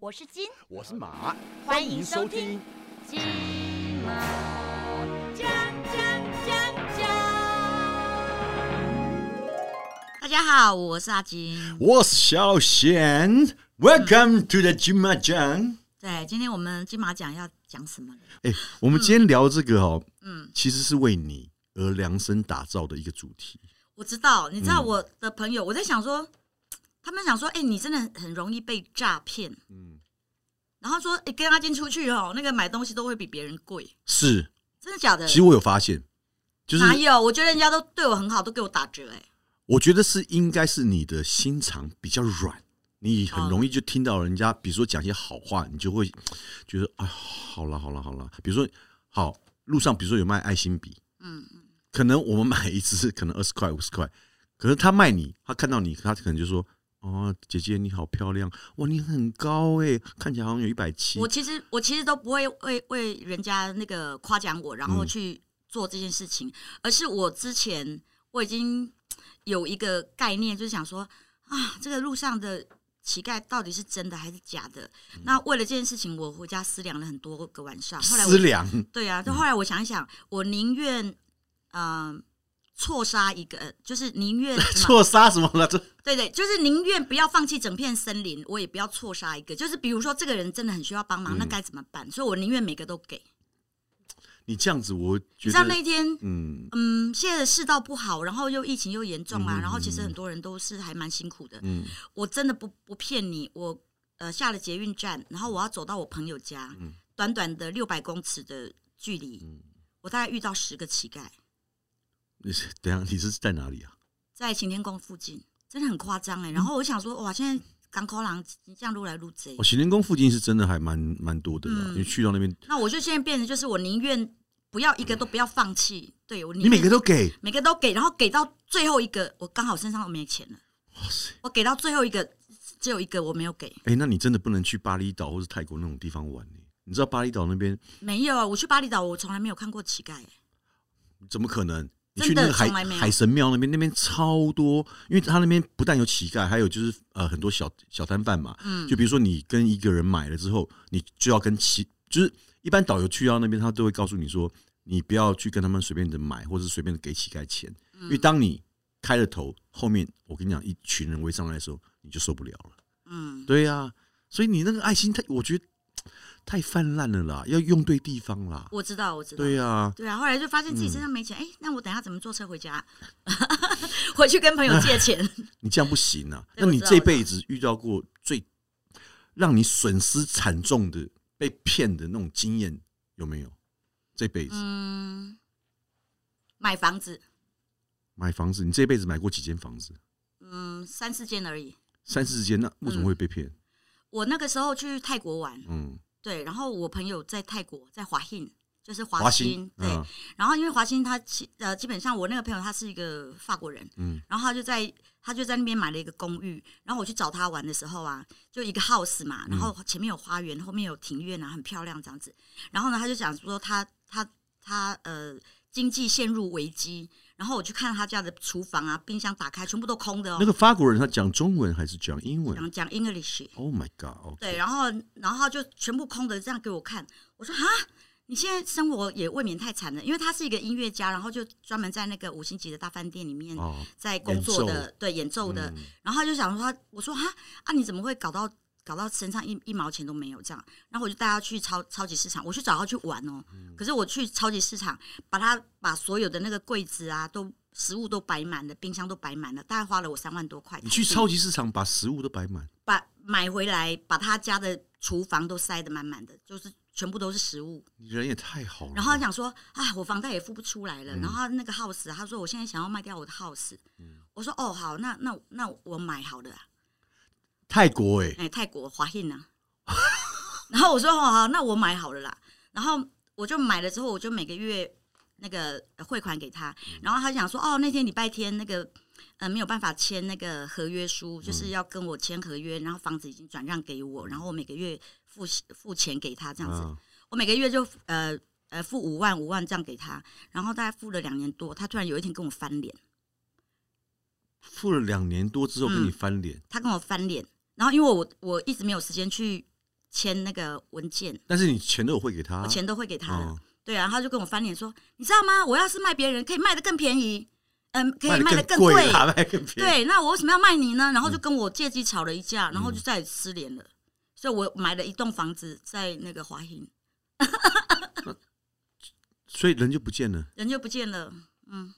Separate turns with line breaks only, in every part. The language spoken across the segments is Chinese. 我是金，
我是马，
欢迎收听。金马奖奖奖奖。大家好，我是阿金。
我是小贤，Welcome to the 金马奖。
对，今天我们金马奖要讲什么呢？
哎、我们今天聊这个哦，
嗯，
其实是为你而量身打造的一个主题。
我知道，你知道我的朋友，我在想说，他们想说，哎、你真的很容易被诈骗。
嗯，
然后说，哎、跟阿金出去哦，那个买东西都会比别人贵，
是，
真的假的？
其实我有发现，就是
哪有？我觉得人家都对我很好，都给我打折、哎，
我觉得是应该是你的心肠比较软，你
啊
很容易就听到人家，比如说讲一些好话，你就会觉得啊，好了好了好了。比如说，好路上比如说有卖爱心笔，
嗯，嗯
可能我们买一支可能二十块五十块，可是他卖你，他看到你，他可能就说。哦，姐姐你好漂亮哇！你很高哎、看起来好像有一百七
我。其实我其实都不会为为人家那个夸奖我，然
嗯
后去做这件事情，而是我之前我已经有一个概念，就是想说啊，这个路上的乞丐到底是真的还是假的？
嗯
那为了这件事情，我回家思量了很多个晚上。后来
思
我
量，嗯
对啊，就后来我想一想，我宁愿嗯、呃错杀一个，呃就是宁 愿什么
错杀什么了？这
对对，就是宁愿不要放弃整片森林，我也不要错杀一个。就是比如说，这个人真的很需要帮
嗯
忙，那该怎么办？所以我宁愿每个都给。
你这样子，我
你
觉
知道
得
那一天，
嗯
嗯，现在的世道不好，然后又疫情又严重啊，
嗯
然后其实很多人都是还蛮辛苦的。
嗯
我真的不不骗你，我呃下了捷运站，然后我要走到我朋友家，
嗯
短短的六百公尺的距离，
嗯，
我大概遇到十个乞丐，
你是等一下你是在哪里啊？
在擎天宫附近，真的很夸张哎、
嗯
然后我想说，哇，现在港口狼这样撸来撸贼
哦，，行天宫附近是真的还蛮蛮多的啦，
嗯
因为去到那边，
那我就现在变成就是我宁愿不要一个都不要放弃，对我宁
你每个
都
都给，
每个都给，然后给到最后一个，我刚好身上我没钱了，
哇塞！
我给到最后一个只有一个我没有给，
哎、那你真的不能去巴厘岛或是泰国那种地方玩呢、你知道巴厘岛那边
没有啊！我去巴厘岛，我从来没有看过乞丐、欸，
怎么可能？你
真
去
的
那个海
从来没有
海神庙那边，那边超多，因为他那边不但有乞丐，还有就是呃很多小小摊贩嘛。
嗯
就比如说你跟一个人买了之后，你就要跟其就是一般导游去到那边，他都会告诉你说，你不要去跟他们随便的买，或者是随便的给乞丐钱，
嗯
因为当你开了头，后面我跟你讲，一群人围上来的时候，你就受不了了。
嗯，
对呀、所以你那个爱心太，我觉得太泛滥了啦，要用对地方啦。
我知道，我知道，
对呀、嗯
对啊，后来就发现自己身上没钱，哎、那我等一下怎么坐车回家？啊 回去跟朋友借 钱，
你这样不行啊。
对
那你
我知道
这辈子遇到过最让你损失惨重的被骗的那种经验有没有？这辈子、
嗯，买房子，
买房子，你这辈子买过几间房子？
嗯，三四间而已。
三四十间，那
嗯
为什么会被骗？
我那个时候去泰国玩，
嗯，
对，然后我朋友在泰国，在华信，就是
华
华兴，对。
嗯
然后因为华兴他其呃基本上我那个朋友他是一个法国人，
嗯
然后他就在他就在那边买了一个公寓，然后我去找他玩的时候啊，就一个 house 嘛，然
嗯
后前面有花园，后面有庭院啊，很漂亮这样子。然后呢，他就讲说他他他呃经济陷入危机，然后我去看他家的厨房啊，冰箱打开全部都空的
那
哦，
个法国人他讲中文还是讲英文
讲讲 English。
？Oh my god！
对，然后然后就全部空的这样给我看，我说啊，你现在生活也未免太惨了，因为他是一个音乐家，然后就专门在那个五星级的大饭店里面
哦，
在工作的，
演奏嗯
对演奏的，然后他就想说他，我说啊啊，你怎么会搞到搞到身上一一毛钱都没有这样？然后我就带他去超超级市场，我去找他去玩哦，
嗯
可是我去超级市场，把他把所有的那个柜子啊都。食物都摆满了，冰箱都摆满了，大概花了我三万多块。
你去超级市场把食物都摆满，
把买回来，把他家的厨房都塞得满满的，就是全部都是食物。
你人也太好了。
然后他想说，哎，我房贷也付不出来了。然后他那个 house，他说我现在想要卖掉我的 house。我说哦，好，那那那我买好了啊，
泰国哎、
哎，泰国华信啊。 然后我说哦，好，那我买好了啦。然后我就买了之后，我就每个月那个呃汇款给他。然后他想说，哦，那天礼拜天那个呃没有办法签那个合约书，就是要跟我签合约，然后房子已经转让给我，然后我每个月付付钱给他这样子。
啊
我每个月就呃呃付五万五万这样给他，然后大概付了两年多，他突然有一天跟我翻脸，
付了两年多之后跟你翻脸，
嗯他跟我翻脸，然后因为我我一直没有时间去签那个文件，
但是你钱都有汇给他，
我钱都会给他的。
嗯
对啊，他就跟我翻脸说，你知道吗？我要是卖别人，可以卖的更便宜，嗯、可
卖
以
得
卖的
更啊嗯
贵。
啦，卖得更便宜。
对，那我为什么要卖你呢？然后就跟我借机吵了一架，然后
嗯
就再也失联了。所以我买了一栋房子在那个华兴，
所以人就不见了。
人就不见了。嗯，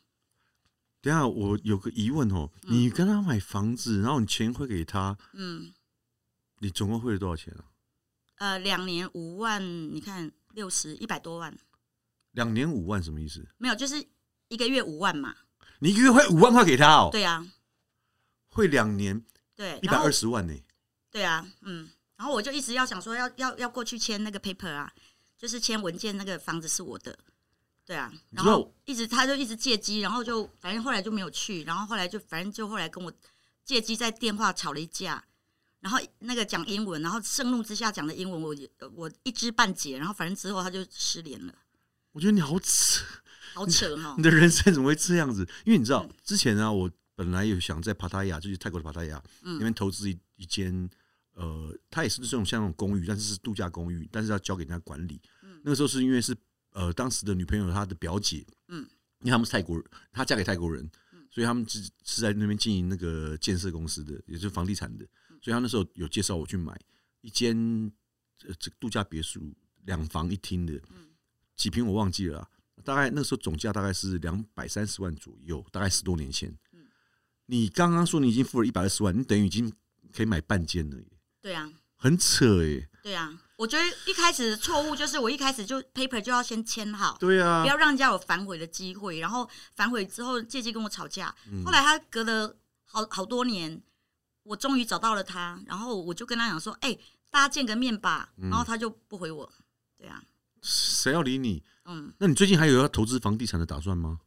等一下我有个疑问哦，你跟他买房子，然后你钱汇给他，
嗯，
你总共汇了多少钱啊？
呃，两年五万，你看六十一百多万，
两年五万什么意思？
没有，就是一个月五万嘛。
你一个月汇五万块给他哦，
对啊，
汇两年
对，
一百
然后
二十万呢、
对啊，嗯，然后我就一直要想说要要要过去签那个 paper 啊，就是签文件，那个房子是我的。对啊，
你
然
知道
后一直他就一直借机，然后就反正后来就没有去，然后后来就反正就后来跟我借机在电话吵了一架，然后那个讲英文，然后盛怒之下讲的英文我也我一知半解，然后反正之后他就失联了，
我觉得你好扯，
好扯哈、嗯
你的人生怎么会这样子？因为你知道之前啊，我本来有想在帕塔亚，就是泰国的帕塔亚
嗯
那边投资一一间，呃，它也是这种像那种公寓，但是是度假公寓，但是要交给人家管理。那个时候是因为是呃当时的女朋友她的表姐，
嗯
因为他们是泰国人，她嫁给泰国人，所以他们是是在那边经营那个建设公司的，也就是房地产的，
嗯
所以他那时候有介绍我去买一间呃这个度假别墅，两房一厅的，几平我忘记了啊、大概那时候总价大概是两百三十万左右，大概十多年前。你刚刚说你已经付了一百二十万，你等于已经可以买半间了耶，
对啊，
很扯耶。
对啊，我觉得一开始的错误就是我一开始就 paper 就要先签好，
对啊
不，要让人家有反悔的机会。然后反悔之后，借机跟我吵架。
嗯
后来他隔了好好多年，我终于找到了他，然后我就跟他讲说：“哎、大家见个面吧。”
嗯
然后他就不回我。对啊，
谁要理你？
嗯
那你最近还有要投资房地产的打算吗？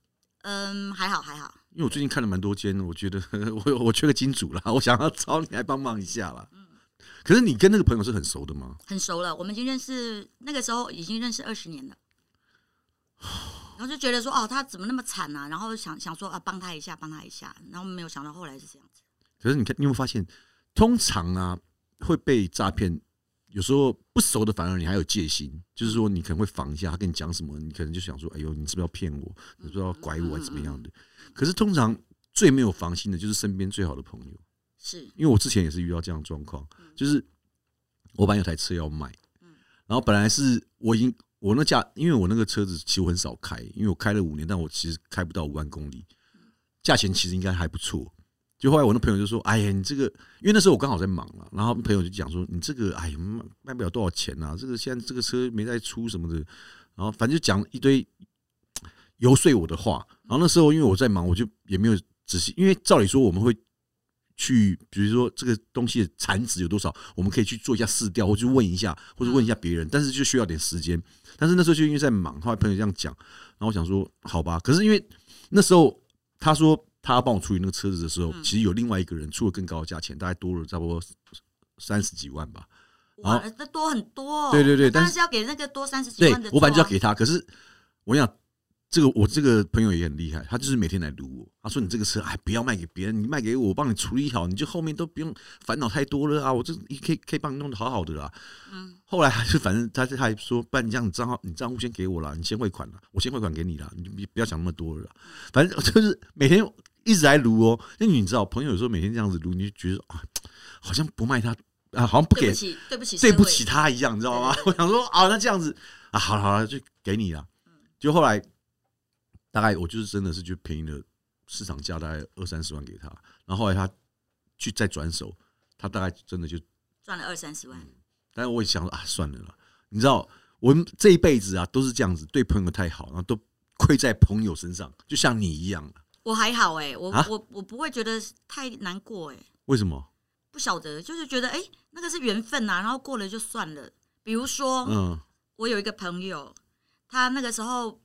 嗯，还好还好。
因为我最近看了蛮多间，我觉得 我我缺个金主啦，我想要找你来帮忙一下啦。可是你跟那个朋友是很熟的吗？
很熟了，我们已经认识，那个时候已经认识二十年了。然后就觉得说，哦，他怎么那么惨啊？然后想想说啊，帮他一下，帮他一下。然后没有想到后来是这样子。
可是你看，你有没有发现，通常啊会被诈骗，有时候不熟的反而你还有戒心，就是说你可能会防一下，他跟你讲什么，你可能就想说，哎呦，你是不是要骗我？你是不是要拐我，还是怎么样的？可是通常最没有防心的就是身边最好的朋友，
是，
因为我之前也是遇到这样的状况，就是我本来有台车要卖，然后本来是我已经我那价，因为我那个车子其实我很少开，因为我开了五年，但我其实开不到五万公里，价钱其实应该还不错。就后来我那朋友就说：“哎呀，你这个，因为那时候我刚好在忙了，然后朋友就讲说你这个，哎呀，卖卖不了多少钱啊，这个现在这个车没在出什么的，然后反正就讲一堆游说我的话。然后那时候因为我在忙，我就也没有仔细，因为照理说我们会去，比如说这个东西的产值有多少，我们可以去做一下试调，或去问一下，或者问一下别人，但是就需要点时间。但是那时候就因为在忙，后来朋友这样讲，然后我想说好吧，可是因为那时候他说他要帮我处理那个车子的时候，其实有另外一个人出了更高的价钱，大概多了差不多三十几万吧。
哇
然，
那多很多、哦。
对对对
当
但
然
是
是要给那个多三十几
对
万的、啊。
我本来就要给他，可是我想这个我这个朋友也很厉害，他就是每天来撸我，他说你这个车哎不要卖给别人，你卖给我，我帮你处理好，你就后面都不用烦恼太多了啊，我这也可以可以帮你弄得好好的啦。
嗯
后来他就反正他他还说，不然你这样你账号你账户先给我啦，你先汇款啦，我先汇款给你啦，你就不要想那么多了啦。反正就是每天一直来撸哦，那你知道朋友有时候每天这样子撸，你就觉得啊，好像不卖他啊，好像不
对
给
不起，对不起，
对不
社
起
会，
他一样，你知道吗
对？对
我想说啊，那这样子啊，好了好了，就给你了。
嗯
就后来大概我就是真的是就便宜了市场价大概二三十万给他，然后后来他去再转手，他大概真的就，
赚了二三十万。
但是我也想说啊，算了啦，你知道我们这一辈子啊都是这样子，对朋友太好，然后都亏在朋友身上，就像你一样。
我还好哎、我、
啊
我我不会觉得太难过哎、
为什么？
不晓得，就是觉得哎、那个是缘分呐、然后过了就算了。比如说，
嗯
我有一个朋友，他那个时候，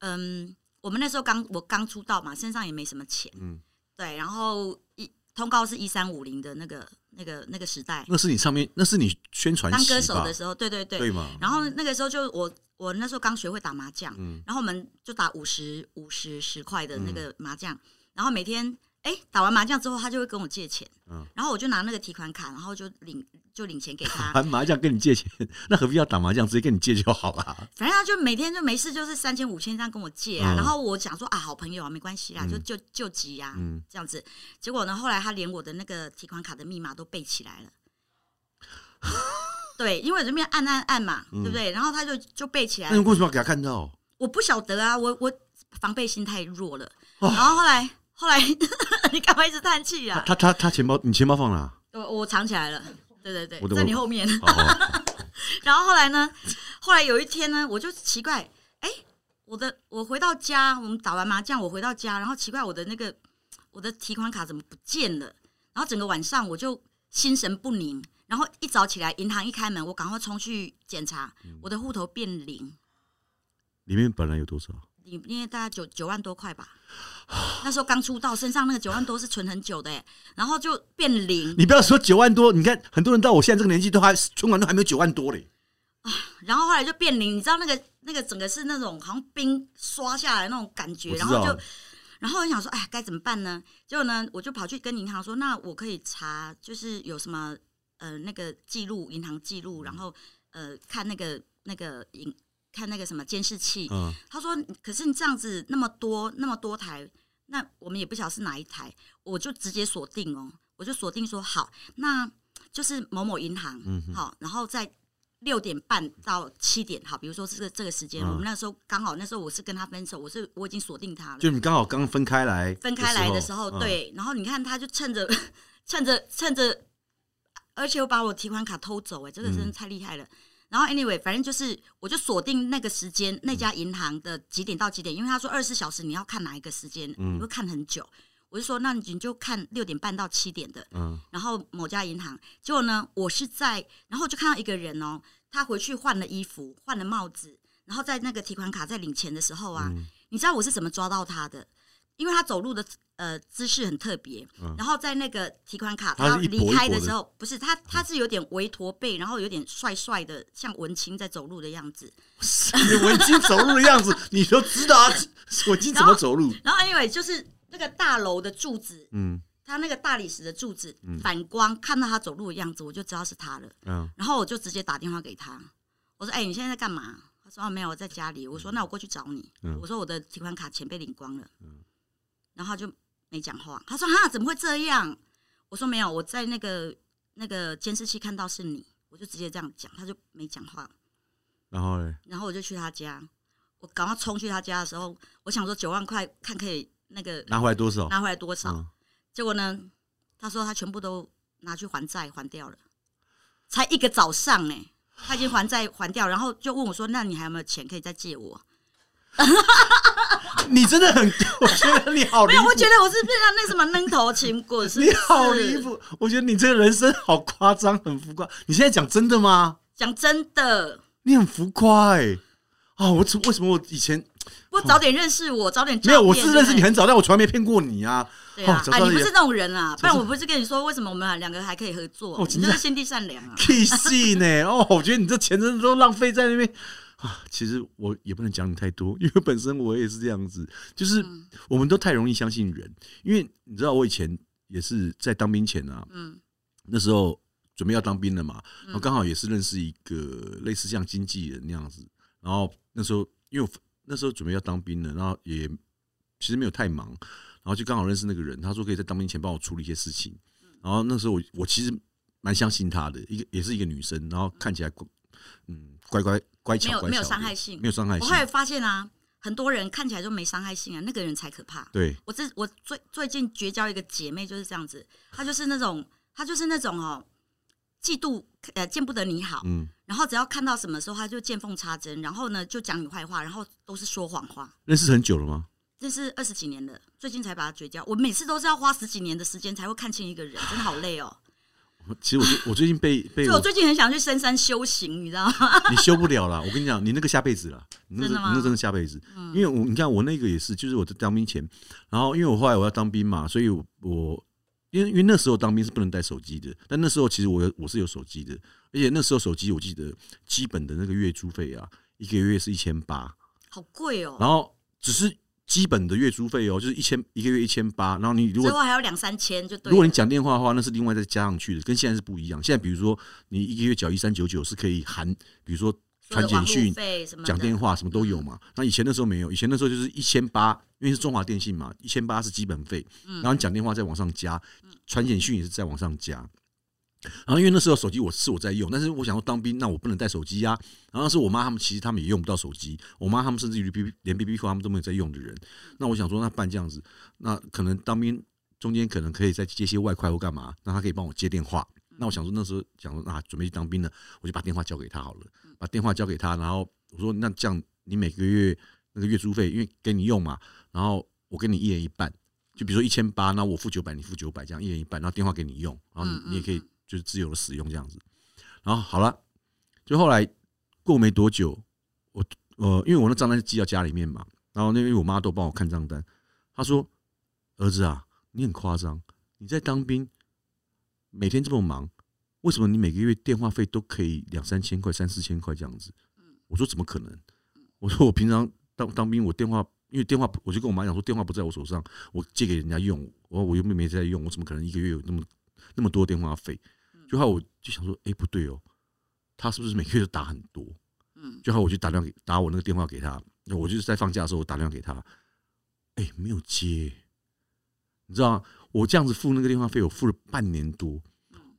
嗯，我们那时候刚我刚出道嘛，身上也没什么钱，
嗯，
对，然后一通告是一三五零的那个那个那个时代，
那是你上面，那是你宣传
当
期
歌手
吧
的时候，对对对，
对吗？
然后那个时候就我我那时候刚学会打麻将，
嗯
然后我们就打五十五十十块的那个麻将，然后每天哎打完麻将之后，他就会跟我借钱，
嗯
然后我就拿那个提款卡，然后就领就领钱给 他，
还麻将跟你借钱，那何必要打麻将？直接跟你借就好啦。
反正他就每天就没事就是三千五千这样跟我借啊。
嗯
然后我想说啊，好朋友啊，没关系啦，就
嗯
就就急呀、
嗯，
这样子。结果呢，后来他连我的那个提款卡的密码都背起 来了。对，因为我这边按按按嘛，对不对？
嗯
然后他就就背起来
那
了
你。为什么要给他看到？
我不晓得啊，我我防备心太弱了。
哦
然后后来后来， 你干嘛一直叹气啊？
他他他钱包，你钱包 放哪？哦
我我藏起来了。对对
我
对，
的
在你后面。
好好，
然后后来呢？后来有一天呢，我就奇怪，哎，我的我回到家，我们打完麻将，我回到家，然后奇怪我的那个我的提款卡怎么不见了？然后整个晚上我就心神不宁，然后一早起来，银行一开门，我赶快冲去检查，
嗯
我的户头变零，
里面本来有多少？
里面大概九九万多块吧。那时候刚出道，身上那个九万多是存很久的、哎然后就变零，
你不要说九万多，你看很多人到我现在这个年纪都还存款都还没有九万多嘞。
然后后来就变零，你知道那个那个整个是那种好像冰刷下来那种感觉，
我知
然后
道
就，然后我想说，哎，该怎么办呢？结果呢，我就跑去跟银行说，那我可以查，就是有什么呃那个记录，银行记录，
嗯
然后呃看那个那个银看那个什么监视器。
嗯，
他说，可是你这样子那么多那么多台，那我们也不晓得是哪一台，我就直接锁定哦，我就锁定说好，那就是某某银行，
嗯哼
好，然后在六点半到七点，好，比如说这个这个时间，
嗯
我们那时候刚好那时候我是跟他分手，我是我已经锁定他了，
就你刚好刚分开来，
分开来的时
嗯
候，，嗯 对，然后你看他就趁着趁着趁着，而且又把我提款卡偷走、哎，这个真的
嗯
太厉害了。然后 anyway，反正就是我就锁定那个时间，那家银行的几点到几点，因为他说二十四小时你要看哪一个时间，
嗯
你会看很久。我就说那你就看六点半到七点的，
嗯，
然后某家银行，结果呢，我是在，然后就看到一个人哦，他回去换了衣服，换了帽子，然后在那个提款卡在领钱的时候啊，
嗯
你知道我是怎么抓到他的？因为他走路的呃姿势很特别，
嗯
然后在那个提款卡
他是一
离
跛一
开
跛
的
的嗯
时候，不是他他是有点微驼背，然后有点帅帅的，像文青在走路的样子。
你文青走路的样子，你都知道啊，文青怎么走 路？
然后 anyway 就是那个大楼的柱子，
嗯
他那个大理石的柱子反光，看到他走路的样子，我就知道是他了。
嗯，
然后我就直接打电话给他，我说：“哎、你现在在干嘛？”他说：“哦，没有，我在家里。”我说：“那我过去找你。
嗯
我说：“我的提款卡钱被领光了。然后他就没讲话。他说：“哈，怎么会这样？”我说：“没有，我在那个那个监视器看到是你。”我就直接这样讲，他就没讲话。
然后嘞，
然后我就去他家，我赶快冲去他家的时候，我想说九万块看可以那个
拿回来多少？
拿回来多少。
嗯
结果呢，他说他全部都拿去还债，还掉了，才一个早上哎、他已经还债还掉，然后就问我说：“那你还有没有钱可以再借我
哦你真的很， 我觉得你好？”
没
离
有，
谱
我，觉得我是被他那什么扔头轻棍，是不
你
是
好离！谱，我觉得你这个人生好夸张，很浮夸。你现在讲真的吗？
讲真的，
你很浮夸哎。啊！我怎为什么我以前
不早点认识我，早点
没有？
照
我
片
是认识你。
对不对
很早，但我从来没骗过你啊！
对啊
哦，早
啊，
知道
你不
也
是那种人啊，不然
早知
我不是跟你说为什么我们两个还可以合作，
哦
你
真
就
的
是心地善 良啊。
K 系呢？哦，我觉得你这钱真的都浪费在那边啊。其实我也不能讲你太多，因为本身我也是这样子，就是
嗯
我们都太容易相信人。因为你知道，我以前也是在当兵前啊，
嗯
那时候准备要当兵了嘛，然后刚好也是认识一个类似像经纪人那样子。然后那时候因为我那时候准备要当兵了，然后也其实没有太忙，然后就刚好认识那个人，他说可以在当兵前帮我处理一些事情。然后那时候我我其实蛮相信她的，一个也是一个女生，然后看起来乖嗯乖乖乖巧
没有
乖巧的，
没有伤害性
没有伤害
我
性
后，来发现啊，很多人看起来就没伤害性啊，那个人才可怕。
对，
我这我最最近绝交一个姐妹就是这样子，她就是那种她就是那种哦，嫉妒呃见不得你好，
嗯，
然后只要看到什么时候她就见缝插针，然后呢就讲你坏话，然后都是说谎话。
认识很久了吗？
这是二十几年了，最近才把她绝交。我每次都是要花十几年的时间才会看清一个人，真的好累哦。
其实我最我最 近被
所
被
以
我
我最近很想去深山修行，你知道吗？
你修不了啦！我跟你讲，你那个下辈子啦，你那个
真的吗嗯
你那真的下辈子，因为我你看我那个也是，就是我在当兵前，然后因为我后来我要当兵嘛，所以我我因为因为那时候当兵是不能带手机的，但那时候其实我有我是有手机的，而且那时候手机我记得基本的那个月租费啊，一个月是一千八，
好贵哦。
然后只是基本的月租费哦，就是一千一个月一千八，然后你如
最
果
后还有两三千就对了。
如果你讲电话的话，那是另外再加上去的，跟现在是不一样。现在比如说你一个月缴一三九九是可以含，比如说
所有
传
的
简
网路
讯、
费什么的嗯
讲电话什么都有嘛。那以前那时候没有，以前那时候就是一千八，因为是中华电信嘛，一千八是基本费，
嗯
然后你讲电话再往上加，传简讯也是再往上加。然后因为那时候手机我是我在用，但是我想要当兵，那我不能带手机呀、然后那时候我妈他们其实他们也用不到手机，我妈他们甚至于 B B 连 B B 扣他们都没有在用的
嗯
人。那我想说，那办这样子，那可能当兵中间可能可以再接些外快或干嘛，那他可以帮我接电话。
嗯
那我想说那时候想说啊，准备去当兵了，我就把电话交给他好了，把电话交给他，然后我说那这样你每个月那个月租费，因为给你用嘛，然后我跟你一人一半，就比如说一千八，那我付九百，你付九百，这样一人一半，然后电话给你用，然
嗯
后
嗯
你你也可以就是自由的使用这样子。然后好了，就后来过没多久，我呃，因为我那账单是寄到家里面嘛，然后那边我妈都帮我看账单，她说：“儿子啊，你很夸张，你在当兵，每天这么忙，为什么你每个月电话费都可以两三千块、三四千块这样子？”我说：“怎么可能？”我说：“我平常当当兵，我电话因为电话，我就跟我妈讲说，电话不在我手上，我借给人家用，我我又没没在用，我怎么可能一个月有那么那么多电话费？”就后来我就想说：“哎、不对哦，他是不是每个月都打很多？”
嗯，
就后来我就打电话给打我那个电话给他，我就是在放假的时候我打电话给他，哎、没有接，你知道吗我这样子付那个电话费，我付了半年多，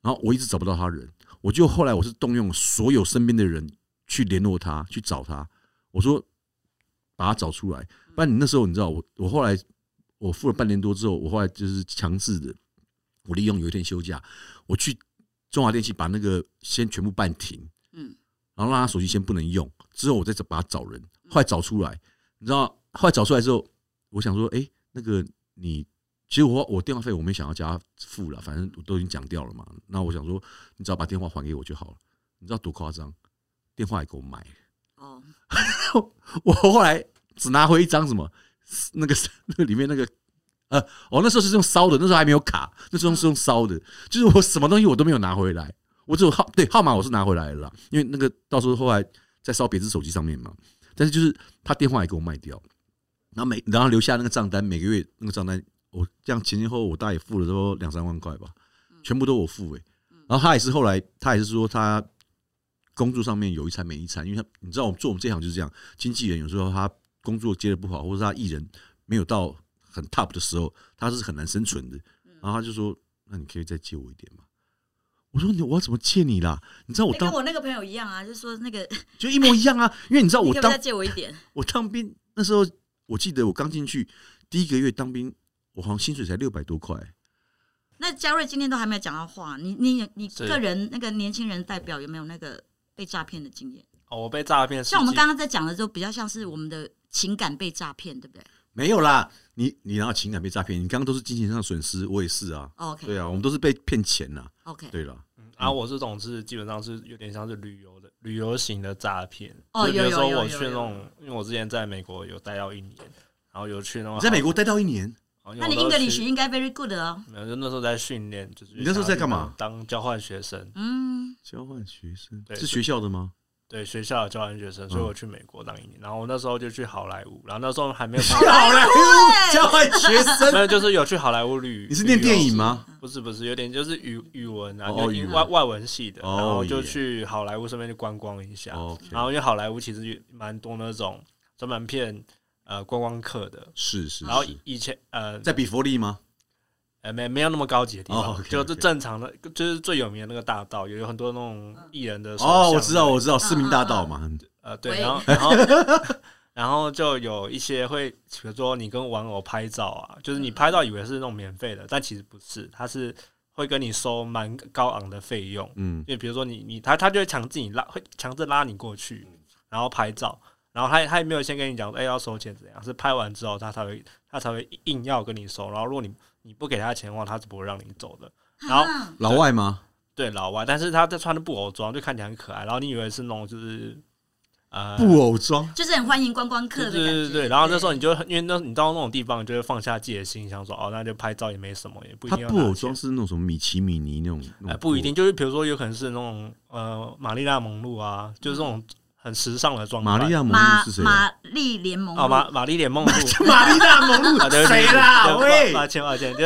然后我一直找不到他人，我就后来我是动用所有身边的人去联络他，去找他，我说把他找出来，不然你那时候你知道我我后来我付了半年多之后，我后来就是强制的，我利用有一天休假，我去中华电信把那个先全部办停，
嗯，
然后让他手机先不能用，之后我再把他找人，后来找出来，你知道，后来找出来之后，我想说，哎、那个你。其实我我电话费我没想要加付了，反正我都已经讲掉了嘛。那我想说，你只要把电话还给我就好了。你知道多夸张？电话也给我买了
哦，
我后来只拿回一张什么 那个那个里面那个呃，哦，那时候是用烧的，那时候还没有卡，那时候是用烧的，就是我什么东西我都没有拿回来，我只有号对号码我是拿回来了啦，因为那个到时候后来再烧别只手机上面嘛，但是就是他电话也给我卖掉，然后每然后留下那个账单，每个月那个账单我这样前前后后我大概也付了都两三万块吧，
嗯
全部都我付诶、然后他也是后来他也是说他。工作上面有一餐没一餐，因为他你知道我们做我们这行就是这样，经纪人有时候他工作接的不好，或者他艺人没有到很 top 的时候，他是很难生存的。然后他就说：“那你可以再借我一点吗？”我说：“你我要怎么借你啦？你知道我
哎跟
当
我那个朋友一样啊，就说那个，
就一模一样啊，因为你知道
你
我
可不可以
当
再借我一点？
我当兵那时候，我记得我刚进去第一个月当兵，我好像薪水才六百多块、
那嘉瑞今天都还没有讲到话，你你你
是
个人那个年轻人代表有没有那个被诈骗的经验？
哦，我被诈骗，
像我们刚刚在讲的，就比较像是我们的情感被诈骗，对不对
没有啦。你你然后情感被诈骗，你刚刚都是金钱上的损失，我也是啊。
？OK
对啊，我们都是被骗钱呐、
OK，
对了，
啊，我这种是基本上是有点像是旅游的旅游型的诈骗。
哦
就比
有
如
有
说
有
我
有
去
有
那种，因为我之前在美国有待到一年，然后有去那种
你在美国待到一年，
好，
那
那
你 English 应该 very good 哦。
没有，就那时候在训练，就是
你那时候在干嘛？
当交换学生，
嗯，
交换学生
对
是学校的吗？
对学校的交换学生，所以
嗯
我去美国当一年，然后我那时候就去好莱坞，然后那时候还没有
好莱坞交换学
没
生，
有，就是有去好莱坞旅。
你是念电
旅游
影吗？
不是不是，有点就是语语文啊，
哦
就
语
语
文
外外文系的，然
哦
后就
耶
去好莱坞顺便去观光一下。
OK，
然后因为好莱坞其实也蛮多那种专门骗呃观光客的，
是是
然后
是，
以前呃
在比佛利吗？
呃没没有那么高级的地
哦
方，
，OK，
就是
OK
正常的，就是最有名的那个大道，有有很多那种艺人的嗯
哦，我知道，我
知
知道，市民大道嘛，
呃对，
喂
然后然后 然后就有一些会，比如说你跟玩偶拍照啊，就是你拍照以为是那种免费的，但其实不是，它是会跟你收蛮高昂的费用。
嗯，
就比如说你你他他就会强制你拉，会强制拉你过去，
嗯
然后拍照，然后他也他也没有先跟你讲，哎、要收钱怎样，是拍完之后他才会他才会硬要跟你收，然后如果你你不给他钱的话，他是不会让你走的。然后
啊
老外吗？
对老外，但是他在穿的布偶装，就看起来很可爱，然后你以为是那种就是呃
布偶装，
就是很欢迎观光客的
对对
感觉。
对对，然后那时候你就因为那你到那种地方，你就会放下戒心，想说哦，那就拍照也没什么，也不一
他
定要
布
拿
偶
钱
装是那种什么米奇、米妮那种，那
哎，
种
呃
嗯
不一定，就是比如说有可能是那种呃玛丽娜蒙露啊，就是这种很时尚的装扮。
玛利亚蒙
玛
露是谁啊？
玛丽莲梦
啊，玛玛丽莲梦露，
玛丽亚蒙
啊，对
露
不起
谁啦？
对抱
喂，
抱歉抱歉，就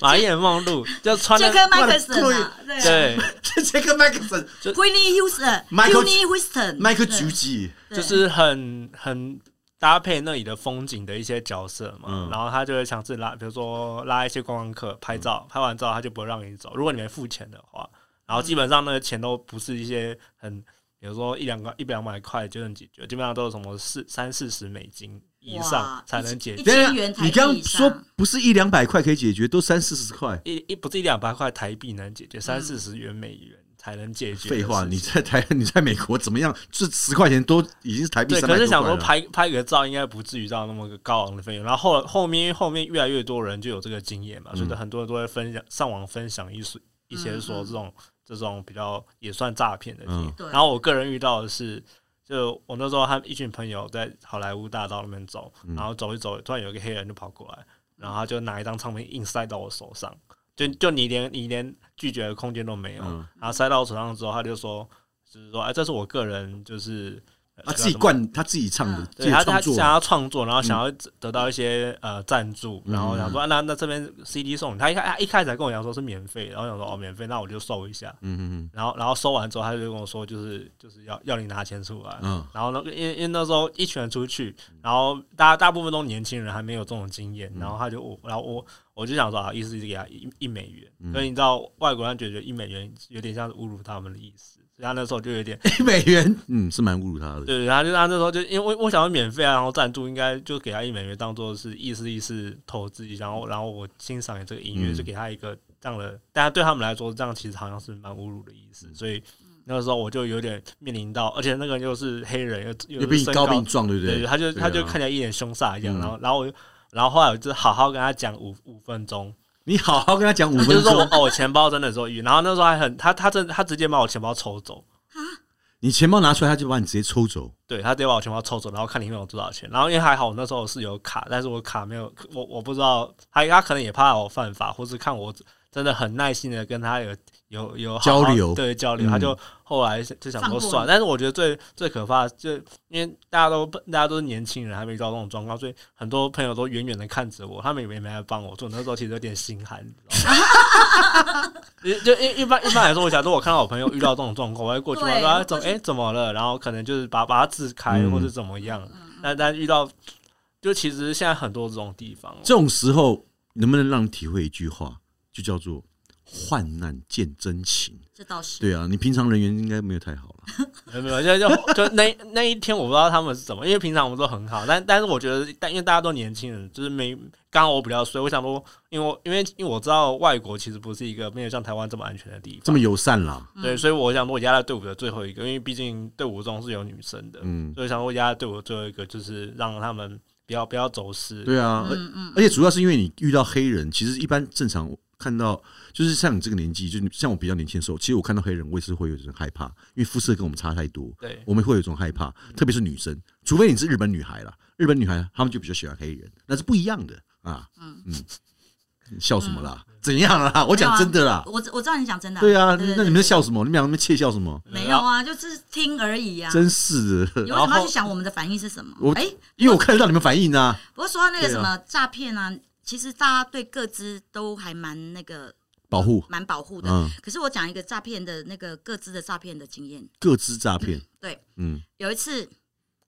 玛丽莲梦露就穿
杰
的
克麦克森
对
啊，对
对，
杰克麦克森、
，Whitney
Michael-
Houston，Whitney Houston，
麦克
对
九吉，
对
就是很很搭配那里的风景的一些角色嘛。
嗯
然后他就会强制拉，比如说拉一些观光客拍照，拍完照他就不会让你走，如果你没付钱的话。然后基本上那个钱都不是一些很，比如说一两个一两百块就能解决，基本上都是什么四三四十美金以上
哇
才能解
一
决。
等一
千元
下，
台
你
币
刚刚
以
说
上，
不是一两百块可以解决，都三四十块。
一一不是一两百块台币能解决，三四十元美元才能解决的事情。
废话，你在台 你在美国怎么样？这十块钱都已经是台币
对，
三
可
百
是
多块啊
想说
了。
拍拍个照，应该不至于到那么个高昂的费用。然后后后面后面越来越多人就有这个经验嘛，
嗯
所以很多人都会分享上网分享一些一些说这种这种比较也算诈骗的经
嗯
验。
对
然后我个人遇到的是，就我那时候和一群朋友在好莱坞大道那边走，
嗯
然后走一走，突然有一个黑人就跑过来，然后他就拿一张唱片硬塞到我手上，就就你连你连拒绝的空间都没有，
嗯
然后塞到我手上之后，他就说，就是说，哎，这是我个人就是。呃
他啊自己
灌。
灌，他自己唱的
嗯，
自
对
己
他
创
他
作
想要创作，然后想要得到一些、呃赞助，
嗯
然后想说、啊那那这边 CD 送你，他一开他一开始还跟我讲说是免费，然后想说哦免费，那我就收一下，
嗯嗯
然后然后收完之后他就跟我说就是就是要要你拿钱出来
嗯，嗯，
然后呢因为因为那时候一群人出去，然后大大部分都年轻人还没有这种经
嗯
验，然后他就我然后我我就想说啊意思是给他一一美元，
嗯
所以你知道外国人觉得一美元有点像是侮辱他们的意思，所以他那时候就有点
一美元，嗯，是蛮侮辱他的。
对，然后就他那时候就因为我我想要免费啊，然后赞助应该就给他一美元当做是意思意思投资，然后然后我欣赏你这个音乐，
嗯
就给他一个这样的，但对他们来说这样其实好像是蛮侮辱的意思，
嗯
所以那个时候我就有点面临到，而且那个人又是黑人，又
又
又
比
是
你
身
高比你壮，对不
对，
对？
他就
对
他就
啊
看起来一脸凶煞一样，
嗯
然后然后我就。然后后来我就好好跟他讲五五分钟，
你好好跟他讲五
就是
分
说我
钟，
哦，我钱包真的有遇，然后那时候还很他他真的他直接把我钱包抽走，
你钱包拿出来，他就把你直接抽走。
对他直接把我钱包抽走，然后看里面有多少钱。然后因为还好我那时候是有卡，但是我卡没有，我我不知道，他他可能也怕我犯法，或是看我真的很耐心的跟他有有有好好
交流
对交
嗯
流，他就后来就想
放
说
过
算。
你
但是我觉得最最可怕的就因为大家都大家都是年轻人，还没遇到这种状况，所以很多朋友都远远的看着我，他们也没没来帮我做。那时候其实有点心寒，你知道吗？ 就就一一般一般来说，我假如我看到我朋友遇到这种状况，我会过去问
对
说、
我
啊、
就
怎么哎、怎么了，然后可能就是把把他支开
嗯
或者怎么样。但但遇到就其实现在很多这种地方，哦
这种时候，能不能让你体会一句话，就叫做患难见真情？
这倒是，
对啊，你平常人缘应该没有太好了。
没有没有，就就就那那一天我不知道他们是怎么，因为平常我们都很好，但但是我觉得，但因为大家都年轻人，就是没刚刚我比较衰，我想说，因为我因为因为我知道外国其实不是一个没有像台湾这么安全的地方，
这么友善啦，
对，所以我想说我压在队伍的最后一个，因为毕竟队伍中是有女生的，
嗯，
所以想说压在队伍的最后一个，就是让他们不要不要走失。
对啊，而
嗯嗯，
而且主要是因为你遇到黑人，其实一般正常看到，就是像你这个年纪，就是像我比较年轻的时候，其实我看到黑人，我也是会有一种害怕，因为肤色跟我们差太多，
对
我们会有一种害怕，
嗯
特别是女生，除非你是日本女孩啦，日本女孩她们就比较喜欢黑人，那是不一样的啊。嗯
嗯
笑什么啦？怎样啦？我讲真的啦。
啊我知我知道你讲真的，
啊对啊，
对对
那你们在笑什么？你们俩在那边窃笑什么？
没有啊，就是听而已啊。
真是的，
你为什么
然
要
后
去想我们的反应是什么
我？
哎，
因为我看得到你们反应啊，
不过说到那个
对啊
什么诈骗啊，其实大家对各自都还蛮那个
保护
蛮保护的。
嗯
可是我讲一个诈骗的那个各自的诈骗的经验。
各自诈骗。
对，
嗯
有一次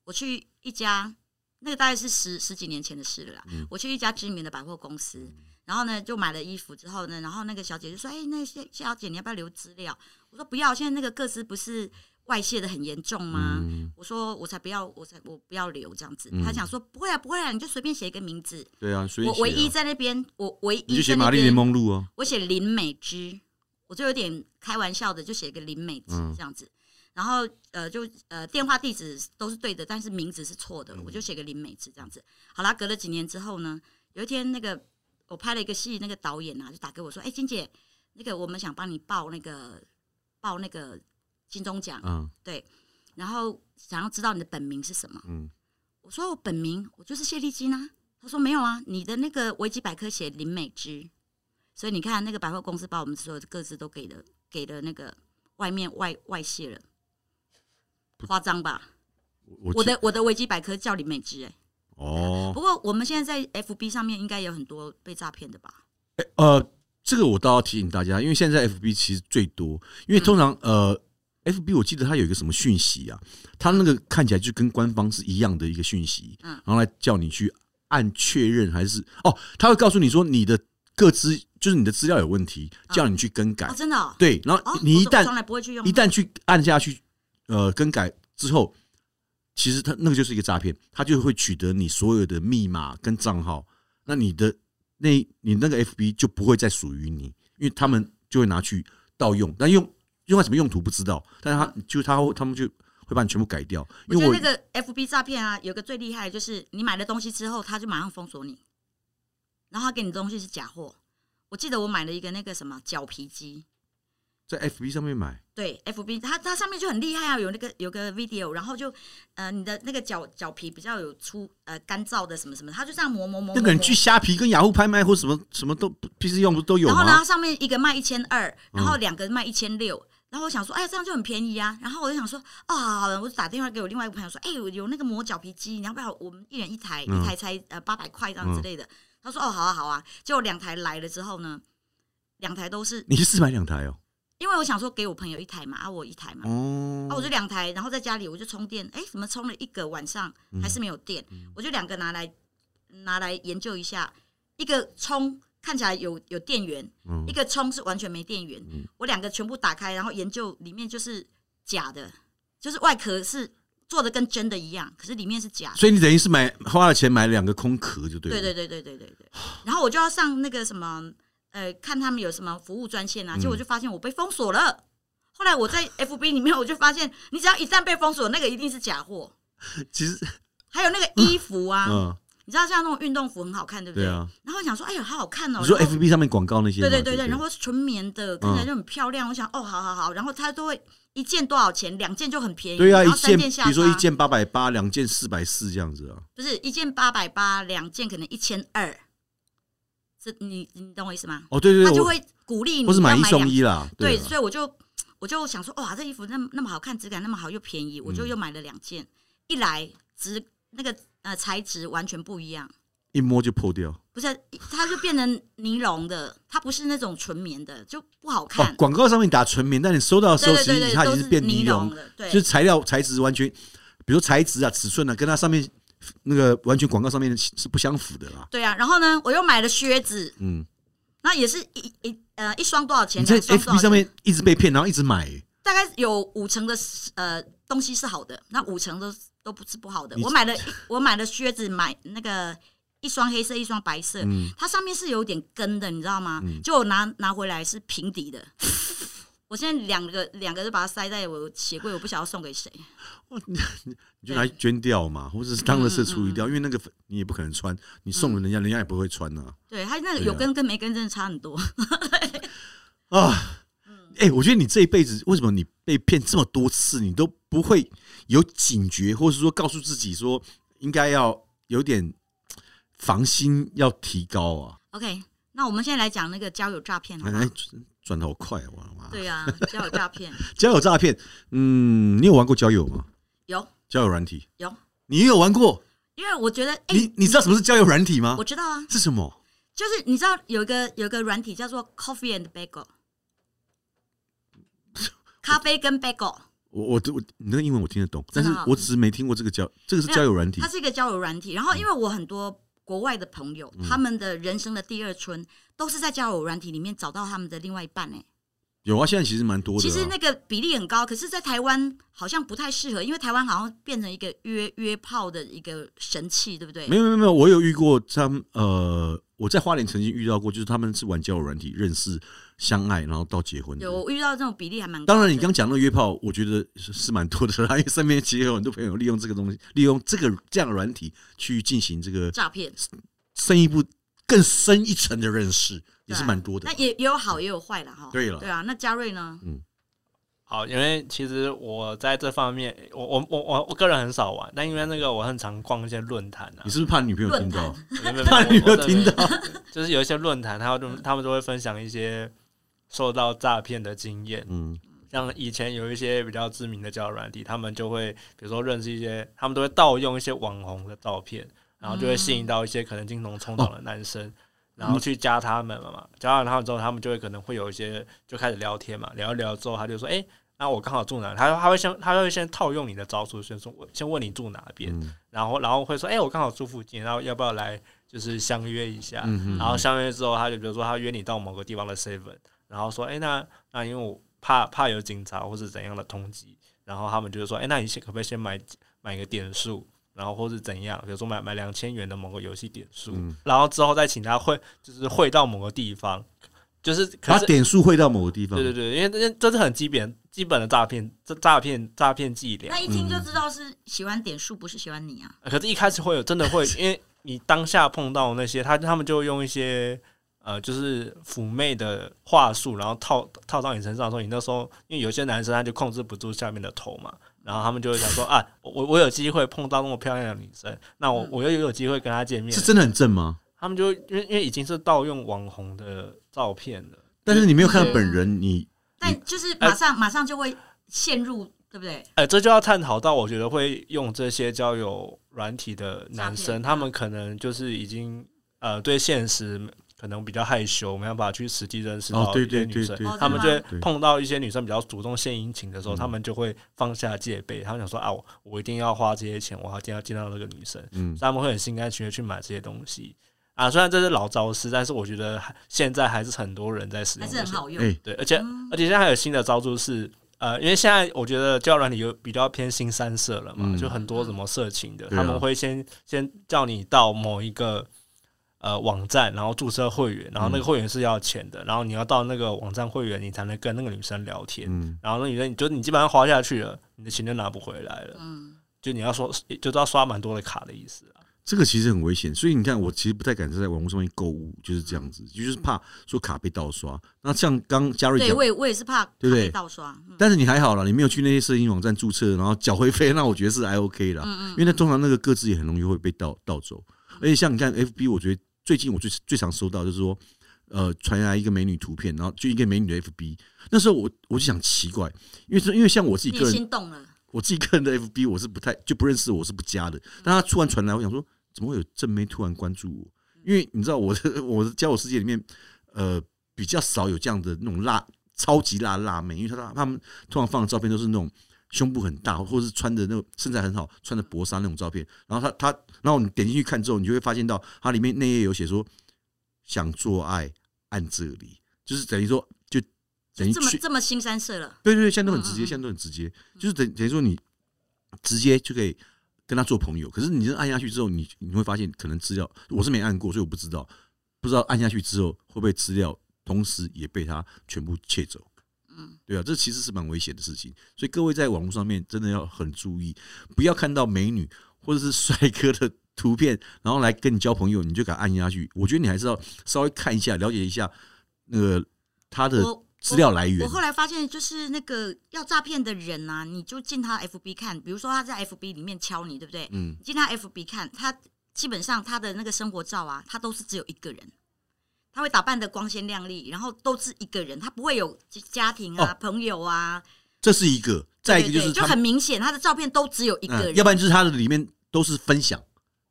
我去一家，那个大概是十十几年前的事了啦。
嗯
我去一家知名的百货公司，然后呢就买了衣服之后呢，然后那个小姐就说：“哎、那些小姐你要不要留资料？”我说：“不要，现在那个各自不是外泄的很严重吗？”
嗯，
我说我才不要，我才我不要留这样子。
嗯
她他想说不会啊，不会啊，你就随便写一个名字。
对啊，所以
我唯一在那边，我唯
你就
一
写
在
玛
那
丽莲
边，
梦露啊，
我写林美芝，我就有点开玩笑的，就写个林美芝
嗯
这样子。然后呃，就呃电话地址都是对的，但是名字是错的，我就写个林美芝这样子。好啦，隔了几年之后呢，有一天那个我拍了一个戏，那个导演啊就打给我说：“哎、金姐，那个我们想帮你报那个报那个金钟奖，
嗯
然后想要知道你的本名是什么。”
嗯，
我说我本名我就是谢丽金啊。他说没有啊，你的那个维基百科写林美芝，所以你看那个百货公司把我们所有的各自都给了，给了那个外面外外泄了，夸张吧？
我
我
记
的我的维基百科叫林美芝哎、
哦，
不过我们现在在 FB 上面应该有很多被诈骗的吧？
诶呃，这个我倒要提醒大家，因为现在 FB 其实最多，
嗯
因为通常呃，FB 我记得它有一个什么讯息啊，它那个看起来就跟官方是一样的一个讯息，
嗯
然后来叫你去按确认还是哦，他会告诉你说你的各资就是你的资料有问题，叫你去更改
哦，，真的、哦。
对，然
哦
后，你
我
一
从
旦
我从来不会去用
一旦去按下去，呃，更改之后，其实它那个就是一个诈骗，它就会取得你所有的密码跟账号，那你的那你那个 FB 就不会再属于你，因为他们就会拿去盗用，但用用在什么用途不知道，但是他就他会他们就会把你全部改掉，
嗯我
因
觉
为
得
我
那个 FB 诈骗啊，有个最厉害的就是你买了东西之后，他就马上封锁你，然后他给你的东西是假货。我记得我买了一个那个什么脚皮机，
在 FB 上面买，
对 FB，它它上面就很厉害啊，有那个有个 video，然后就呃你的那个脚脚皮比较有粗呃干燥的什么什么，它就这样磨磨磨。
那个人
磨
去虾皮跟雅虎拍卖或什么什么都 PC 用不都有啊
然后呢，
吗嗯
它？上面一个卖一千二，然后两个卖一千六。然后我想说，哎呀，这样就很便宜啊。然后我就想说，哦，好好好了，我就打电话给我另外一个朋友说，哎，我有那个磨脚皮机，你要不要？我们一人一台，
嗯
一台才呃八百块这样之类的。他说，哦，好啊，好啊。结果两台来了之后呢，两台都是
你是四买两台哦，
因为我想说给我朋友一台嘛，啊，我一台嘛，
哦
啊，我就两台，然后在家里我就充电，哎，怎么充了一个晚上
嗯
还是没有电？我就两个拿来拿来研究一下，一个充看起来有有电源，
嗯
一个充是完全没电源，
嗯
我两个全部打开，然后研究里面就是假的，就是外壳是做的跟真的一样，可是里面是假的。
所以你等于是买花了钱买两个空壳就对了，
对对对对对对对。然后我就要上那个什么，呃，看他们有什么服务专
嗯
线啊，结果我就发现我被封锁了。后来我在 FB 里面，我就发现，你只要一旦被封锁，那个一定是假货。
其实
还有那个衣服啊，
嗯。
你知道像那种运动服很好看，对不对？
对啊
然后我想说，哎呦，好好看哦。
你说
然后
FB 上面广告那些吗？
对对对对，然后是纯棉的，看起来就很漂亮。我想，哦，好好好，然后它都会一件多少钱？两件就很便宜，
对啊，
然
一
后三
件
件下
比如说一
杀
件八百八，两件四百四这样子啊。
不是一件八百八，两件可能一千二，这你你懂我意思吗？
哦，对对
他
对，
就
我
会鼓励你
不是买
要
一送
两
一啦，啊
对，
啦
所以我就我就想说，哇，这衣服那么那么好看，质感那么好又便宜，我
嗯
就又买了两件。一来质那个呃材质完全不一样，
一摸就破掉。
不是它就变成尼龙的，它不是那种纯棉的，就不好
哦
看，。
广告上面打纯棉，但你收到的时
对对
候，其
对对，
实它已
都
经变
尼
尼龙，
的，对，
就是材料材质完全，比如材质啊、尺寸啊，跟它上面那个完全广告上面的是不相符的啦。
对啊。然后呢，我又买了靴子，
嗯，
那也是一一呃一双多少钱？
你在
两双多少
FB 上
钱
面一直被骗，然后一直买，
大概有五成的呃东西是好的，那五成都都不是不好的。
你
我买了一我买了靴子，买那个一双黑色，一双白色，
嗯，
它上面是有点跟的，你知道吗？就我拿拿回来是平底的。 我现在两个两个就把它塞在我鞋柜，我不晓得要送给谁。
你就拿去捐掉嘛，或者是当了事处理
嗯
掉，因为那个你也不可能穿，你送了人家，人家也不会穿啊。
对，它那个
对啊
有跟跟没跟真的差很多。
啊，哎、我觉得你这一辈子为什么你被骗这么多次，你都不会有警觉，或是说告诉自己说应该要有点防心要提高啊？
OK，那我们现在来讲那个交友诈骗好
哎、
不好？
转的好快啊，哇哇！
嗯对啊，交友诈骗
交友诈骗，嗯，你有玩过交友吗？
有
交友软体，
有，
你有玩过？
因为我觉得，哎、
你你知道什么是交友软体吗
我？知道啊，
是什么？
就是你知道有一个有一个软体叫做 Coffee and Bagel，咖啡跟 Bagel，
我我我你那个英文我听得懂，但是
真的哦
我只是没听过这个交，这个是
没有
交友软体
它，是一个交友软体。然后因为我很多国外的朋友，
嗯
他们的人生的第二春都是在交友软体里面找到他们的另外一半哎、
有啊，现在其实蛮多的、
其
啊。
实那个比例很高，可是，在台湾好像不太适合，因为台湾好像变成一个约约炮的一个神器，对不对
没？有没有没有，我有遇过他们呃，我在花莲曾经遇到过，就是他们是玩交友软体认识、相爱，然后到结婚的
有。我遇到这种比例还蛮高的。
当然，你刚讲那个约炮，我觉得是是蛮多的啦，因为身边其实有很多朋友利用这个东西，利用这个这样的软体去进行这个
诈骗
深一步、更深一层的认识，也是蛮多的
啊那。也也有好也有坏了哈。
对了
对啊，那嘉瑞呢？
好，因为其实我在这方面，我我我我我个人很少玩，但因为那个我很常逛一些论坛啊
你，是不是怕女朋友
论
听到？
没有 没有
怕女朋友听，
我
到？
我就是有一些论坛，他们他们都会分享一些受到诈骗的经验，
嗯，
像以前有一些比较知名的交友软体，他们就会比如说认识一些，他们都会盗用一些网红的照片，然后就会吸引到一些可能精虫冲脑的男生，然后去加他们嘛，加完他们之后，他们就会可能会有一些就开始聊天嘛，聊一聊之后，他就说，哎、那我刚好住哪？他他会先他会先套用你的招数，先说先问你住哪边，
嗯
然后然后会说，哎、我刚好住附近，然后要不要来就是相约一下？
嗯
然后相约之后，他就比如说他约你到某个地方的 seven，然后说，哎、那那因为我怕怕有警察或是怎样的通缉，然后他们就是说，哎、那你先可不可以先买买个点数？然后或是怎样，比如说买买两千元的某个游戏点数，
嗯
然后之后再请他汇，就是汇到某个地方，就是可
把
是
点数汇到某个地方，
对对对，因为这这是很基本基本的诈骗，这诈骗诈骗伎俩
那。一听就知道是喜欢点数，不是喜欢你
嗯
啊。
可是，一开始会有真的会，因为你当下碰到那些他，他们就会用一些呃，就是妩媚的话术，然后套套到你身上，说你那时候，因为有些男生他就控制不住下面的头嘛，然后他们就会想说啊，我我有机会碰到那么漂亮的女生，那我我又有机会跟她见面
是，真的很正吗？
他们就因为因为已经是盗用网红的照片了。
但是你没有看到本人，你哎
但就是马上、马上就会陷入，对不对？
哎、这就要探讨到，我觉得会用这些交友软体的男
诈骗嗯
生，他们可能就是已经呃对现实可能比较害羞，没办法去实际认识
哦
到
对
一些
对
女
对
生，
对
哦，
他们就
真的
会
吗
对
碰到一些女生比较主动献殷勤的时候，
嗯
他们就会放下戒备，他们想说啊，我我一定要花这些钱，我一定要见到这个女生，
嗯
所以他们会很心甘情愿去买这些东西啊。虽然这是老招式，但是我觉得还现在还是很多人在使
还
用
是
这
很
些
好用。
哎
对，而且、
嗯
而且现在还有新的招数是，呃，因为现在我觉得交友软体有比较偏新三社了嘛，
嗯
就很多什么色情的，
对啊
他们会先先叫你到某一个呃网站，然后注册会员，然后
嗯
那个会员是要钱的，然后你要到那个网站会员，你才能跟那个女生聊天。
嗯，
然后那女生，你就你基本上花下去了，你的钱就拿不回来了，
嗯，
就你要说，就是要刷蛮多的卡的意思啊。
这个其实很危险，所以你看，我其实不太敢在网络上面购物，就是这样子，就是怕说卡被盗刷。那像刚嘉瑞
嗯对
讲
我，也我也是怕
对不对
怕被盗刷。嗯
但是你还好啦，你没有去那些色情网站注册，然后缴会费，那我觉得是还 OK 啦。
嗯
因为那通常那个各自也很容易会被盗盗走。而且像你看 FB，我觉得最近我最最常收到就是说，呃，传来一个美女图片，然后就一个美女的 FB。那时候我我就想奇怪，因为是因为像我自己
你也
个人，
心动了，
我自己个人的 FB 我是不太就不认识，我是不加的。但他突然传来，我想说怎么会有正妹突然关注我？因为你知道我的 我的交友世界里面，呃，比较少有这样的那种辣超级辣的辣妹，因为他他们通常放的照片都是那种胸部很大，或是穿的那种身材很好，穿的薄纱那种照片。然后他他，然后你点进去看之后，你就会发现到它里面内页有写说想做爱按这里，就是等于说就等于
这么
去
这么新三色了。
对对对，现在都很直
嗯
接，
嗯嗯
现在都很直接，就是等等于说你直接就可以跟他做朋友。可是你真的按下去之后，你你会发现可能资料我是没按过，所以我不知道，不知道按下去之后会不会资料同时也被他全部窃走。
嗯，
对啊，这其实是蛮危险的事情，所以各位在网络上面真的要很注意，不要看到美女或者是帅哥的图片，然后来跟你交朋友，你就给他按下去。我觉得你还是要稍微看一下，了解一下那个他的
我
资料来源
我。后来发现，就是那个要诈骗的人啊，你就进他 FB 看，比如说他在 FB 里面敲你，对不对？
嗯
你进他 FB 看，他基本上他的那个生活照啊，他都是只有一个人，他会打扮的光鲜亮丽，然后都是一个人，他不会有家庭啊、
哦
朋友啊，
这是一个，再
对
一个
对
就是
对，就
他
很
们，
明显，他的照片都只有一个人，
嗯，要不然就是他的里面都是分享，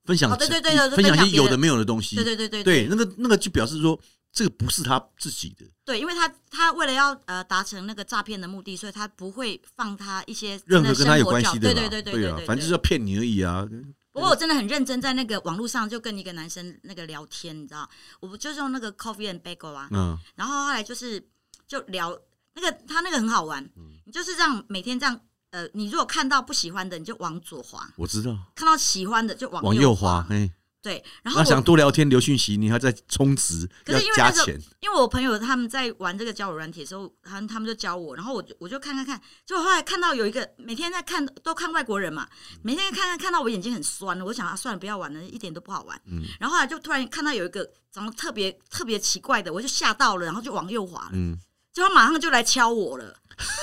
分享
哦对对对对分
分享一
享
些
别人
有的没有的东西
对，对对对
对，那个那个就表示说这个不是他自己的，
对，因为他他为了要呃达成那个诈骗的目的，所以他不会放他一些
任
真
何
的
跟他有
生活
关
照
系的
对
啦，
对对对
啊，反正就是要骗你而已啊，
不过我真的很认真，在那个网络上就跟一个男生那个聊天，你知道，我不就是用那个 Coffee and Bagel 啊，
嗯，
然后后来就是就聊那个他那个很好玩，
嗯
你就是这样每天这样呃，你如果看到不喜欢的，你就往左滑；
我知道，
看到喜欢的就往
往
右
右滑，哎，
对，然后
那想
我
多聊天留讯息，你还在充值
可
要
是因为
加
那时候
钱，
因为我朋友他们在玩这个交友软体的时候，他他们就教我，然后我就我就看看看，结果后来看到有一个每天在看都看外国人嘛，每天看看看到我眼睛很酸了，我想啊算了不要玩了，一点都不好玩。
嗯
然后后来就突然看到有一个长得特别特别奇怪的，我就吓到了，然后就往右滑了，
嗯，
结果他马上就来敲我了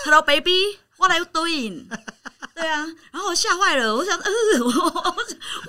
，Hello baby，what are you doing？对 啊，然后我吓坏了，我想，呃， 我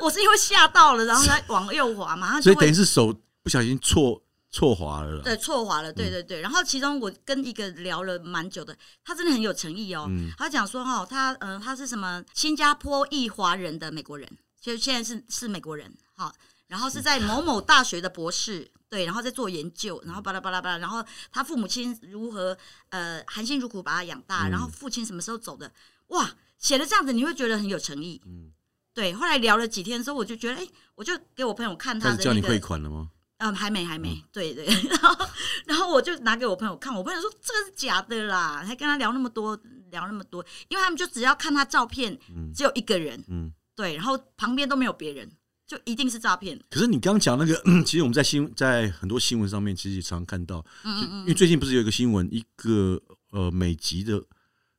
我是因为吓到了，然后才往右滑嘛，马上
所
就
以等于
会
是手不小心错错滑了嗯啦。
对，错滑了，对对对。然后其中我跟一个聊了蛮久的，他真的很有诚意哦。
嗯
他讲说哦，他嗯、呃他是什么新加坡裔华人的美国人，就现在是是美国人，好、然后是在
啊
某某大学的博士，对，然后在做研究，然后巴拉巴拉巴拉，然后他父母亲如何呃含辛茹苦把他养大，
嗯
然后父亲什么时候走的，哇，写的这样子你会觉得很有诚意，
嗯
对。后来聊了几天之后，我就觉得，哎，我就给我朋友看
开
他
始
的
叫
那
你
个
汇款了吗？
嗯，还没，还没，对 对。然后，然后我就拿给我朋友看，我朋友说这个是假的啦，还跟他聊那么多，聊那么多，因为他们就只要看他照片，
嗯
只有一个人，
嗯。
对，然后旁边都没有别人，就一定是诈骗。
可是你刚刚讲那个， 其实我们在新在很多新闻上面其实也常看到，
嗯嗯
因为最近不是有一个新闻，一个呃美籍的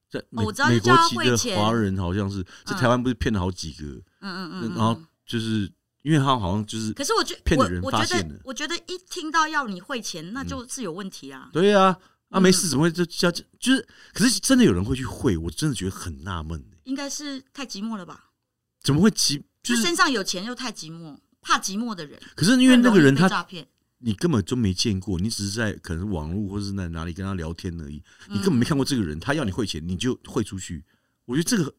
在美,、
哦我知道
美
就叫
国
他
籍
汇
的
钱
华人好像是在
嗯
台湾不是骗了好几个，
嗯嗯
那
嗯嗯。
然后就是因为他好像就是
可是我觉
骗的
我
人
我
发
觉
现
得
了嗯
我觉得一听到要你汇钱，那就是有问题啊。
对啊啊
嗯
没事怎么会就叫就是可是真的有人会去汇，我真的觉得很纳闷、欸、
应该是太寂寞了吧？
怎么会急就
就是身上有钱又太寂寞，怕寂寞的人，
可是因为那个
很容
人
易被
他
诈骗，
你根本就没见过，你只是在可能网络或是在哪里跟他聊天而已，
嗯
你根本没看过这个人，他要你汇钱你就汇出去，我觉得这个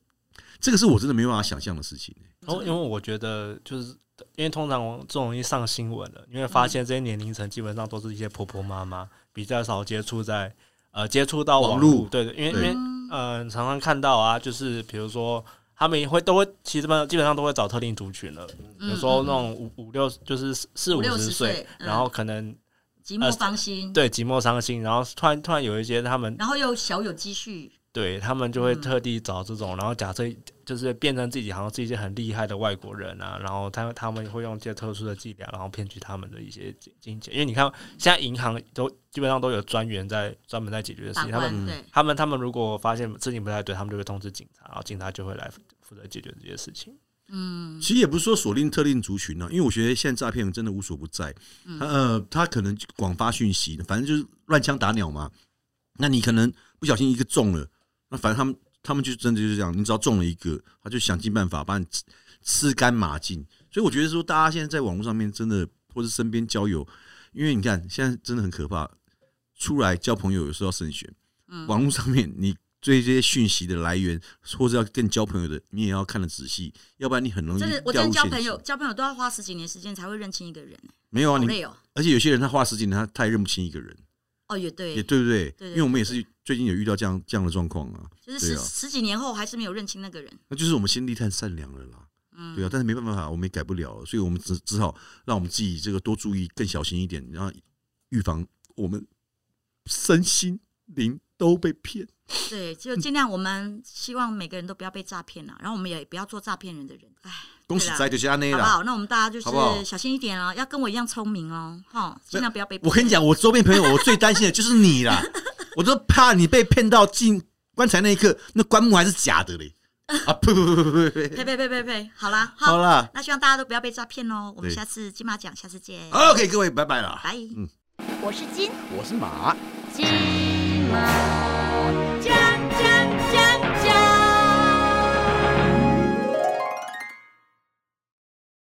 这个是我真的没办法想象的事情、
嗯
然哦后因为我觉得就是因为通常这种容易上新闻了，你会发现这些年龄层基本上都是一些婆婆妈妈，比较少接触在呃接触到
网
网
络
络，对对，因为因
对
为
嗯
呃常常看到啊，就是比如说。他们也会都会，其实嘛基本上都会找特定族群了，
嗯
有时候那种五五六就是四四
五
五
六十
十岁
岁，嗯
然后可能
寂
呃
寞芳心，
对寂寞伤心，然后突然突然有一些他们
然后又小有积蓄，
对他们就会
嗯
特地找这种，然后假设就是变成自己好像是一些很厉害的外国人啊，然后他他们会用一些特殊的伎俩，然后骗取他们的一些金金钱。因为你看现在银行都基本上都有专员在专门在解决的事
法
情，他们
官对。
他们他们如果发现事情不太对，他们就会通知警察，然后警察就会来负负责解决这些事情。
嗯
其实也不是说锁定特定族群啊呢、因为我觉得现在诈骗真的无所不在。他
嗯
呃，他可能广发讯息，反正就是乱枪打鸟嘛。那你可能不小心一个中了，那反正他们他们就真的就是这样，你只要中了一个，他就想尽办法把你吃吃干抹净。所以我觉得说，大家现在在网络上面真的，或是身边交友，因为你看现在真的很可怕，出来交朋友有时候要慎选。
嗯
网络上面你对这些讯息的来源，或者要跟你交朋友的，你也要看得仔细，要不然你很容易
真的，我
掉
真
入
的交
陷
朋
阱
友，。交朋友都要花十几年时间才会认清一个人，
没有
好
啊，你
累哦。
而且有些人他花了十几年，他他也认不清一个人，
哦，也对
也，对不对？
对
因为我们也是最近有遇到这样这样的状况啊，
就是
对
十
啊
十几年后还是没有认清那个人。
那就是我们心地太善良了啦，
嗯，
对啊，但是没办法，我们也改不了了，所以我们只只好让我们自己这个多注意，更小心一点，然后预防我们身心灵都被骗。
对，
嗯
就尽量我们希望每个人都不要被诈骗啊了，然后我们也不要做诈骗人的人，哎，
恭喜在就是安内
好不
啦。
好？那我们大家就
啊好不好
是小心一点哦，要跟我一样聪明哦，哈，尽量不要被。
我跟你，讲，我周边朋友，我最担心的就是你 啦，我都怕你被骗到进棺材那一刻，那棺木还是假的嘞。啊呸呸呸呸呸呸！
呸呸呸呸呸，好啦，
好
好，
啦
那希望大家都不要被诈骗哦。我们
对
下次金马奖，下次见，
，OK，各位，拜拜啦。
拜。
我是金
我是马。
金马奖。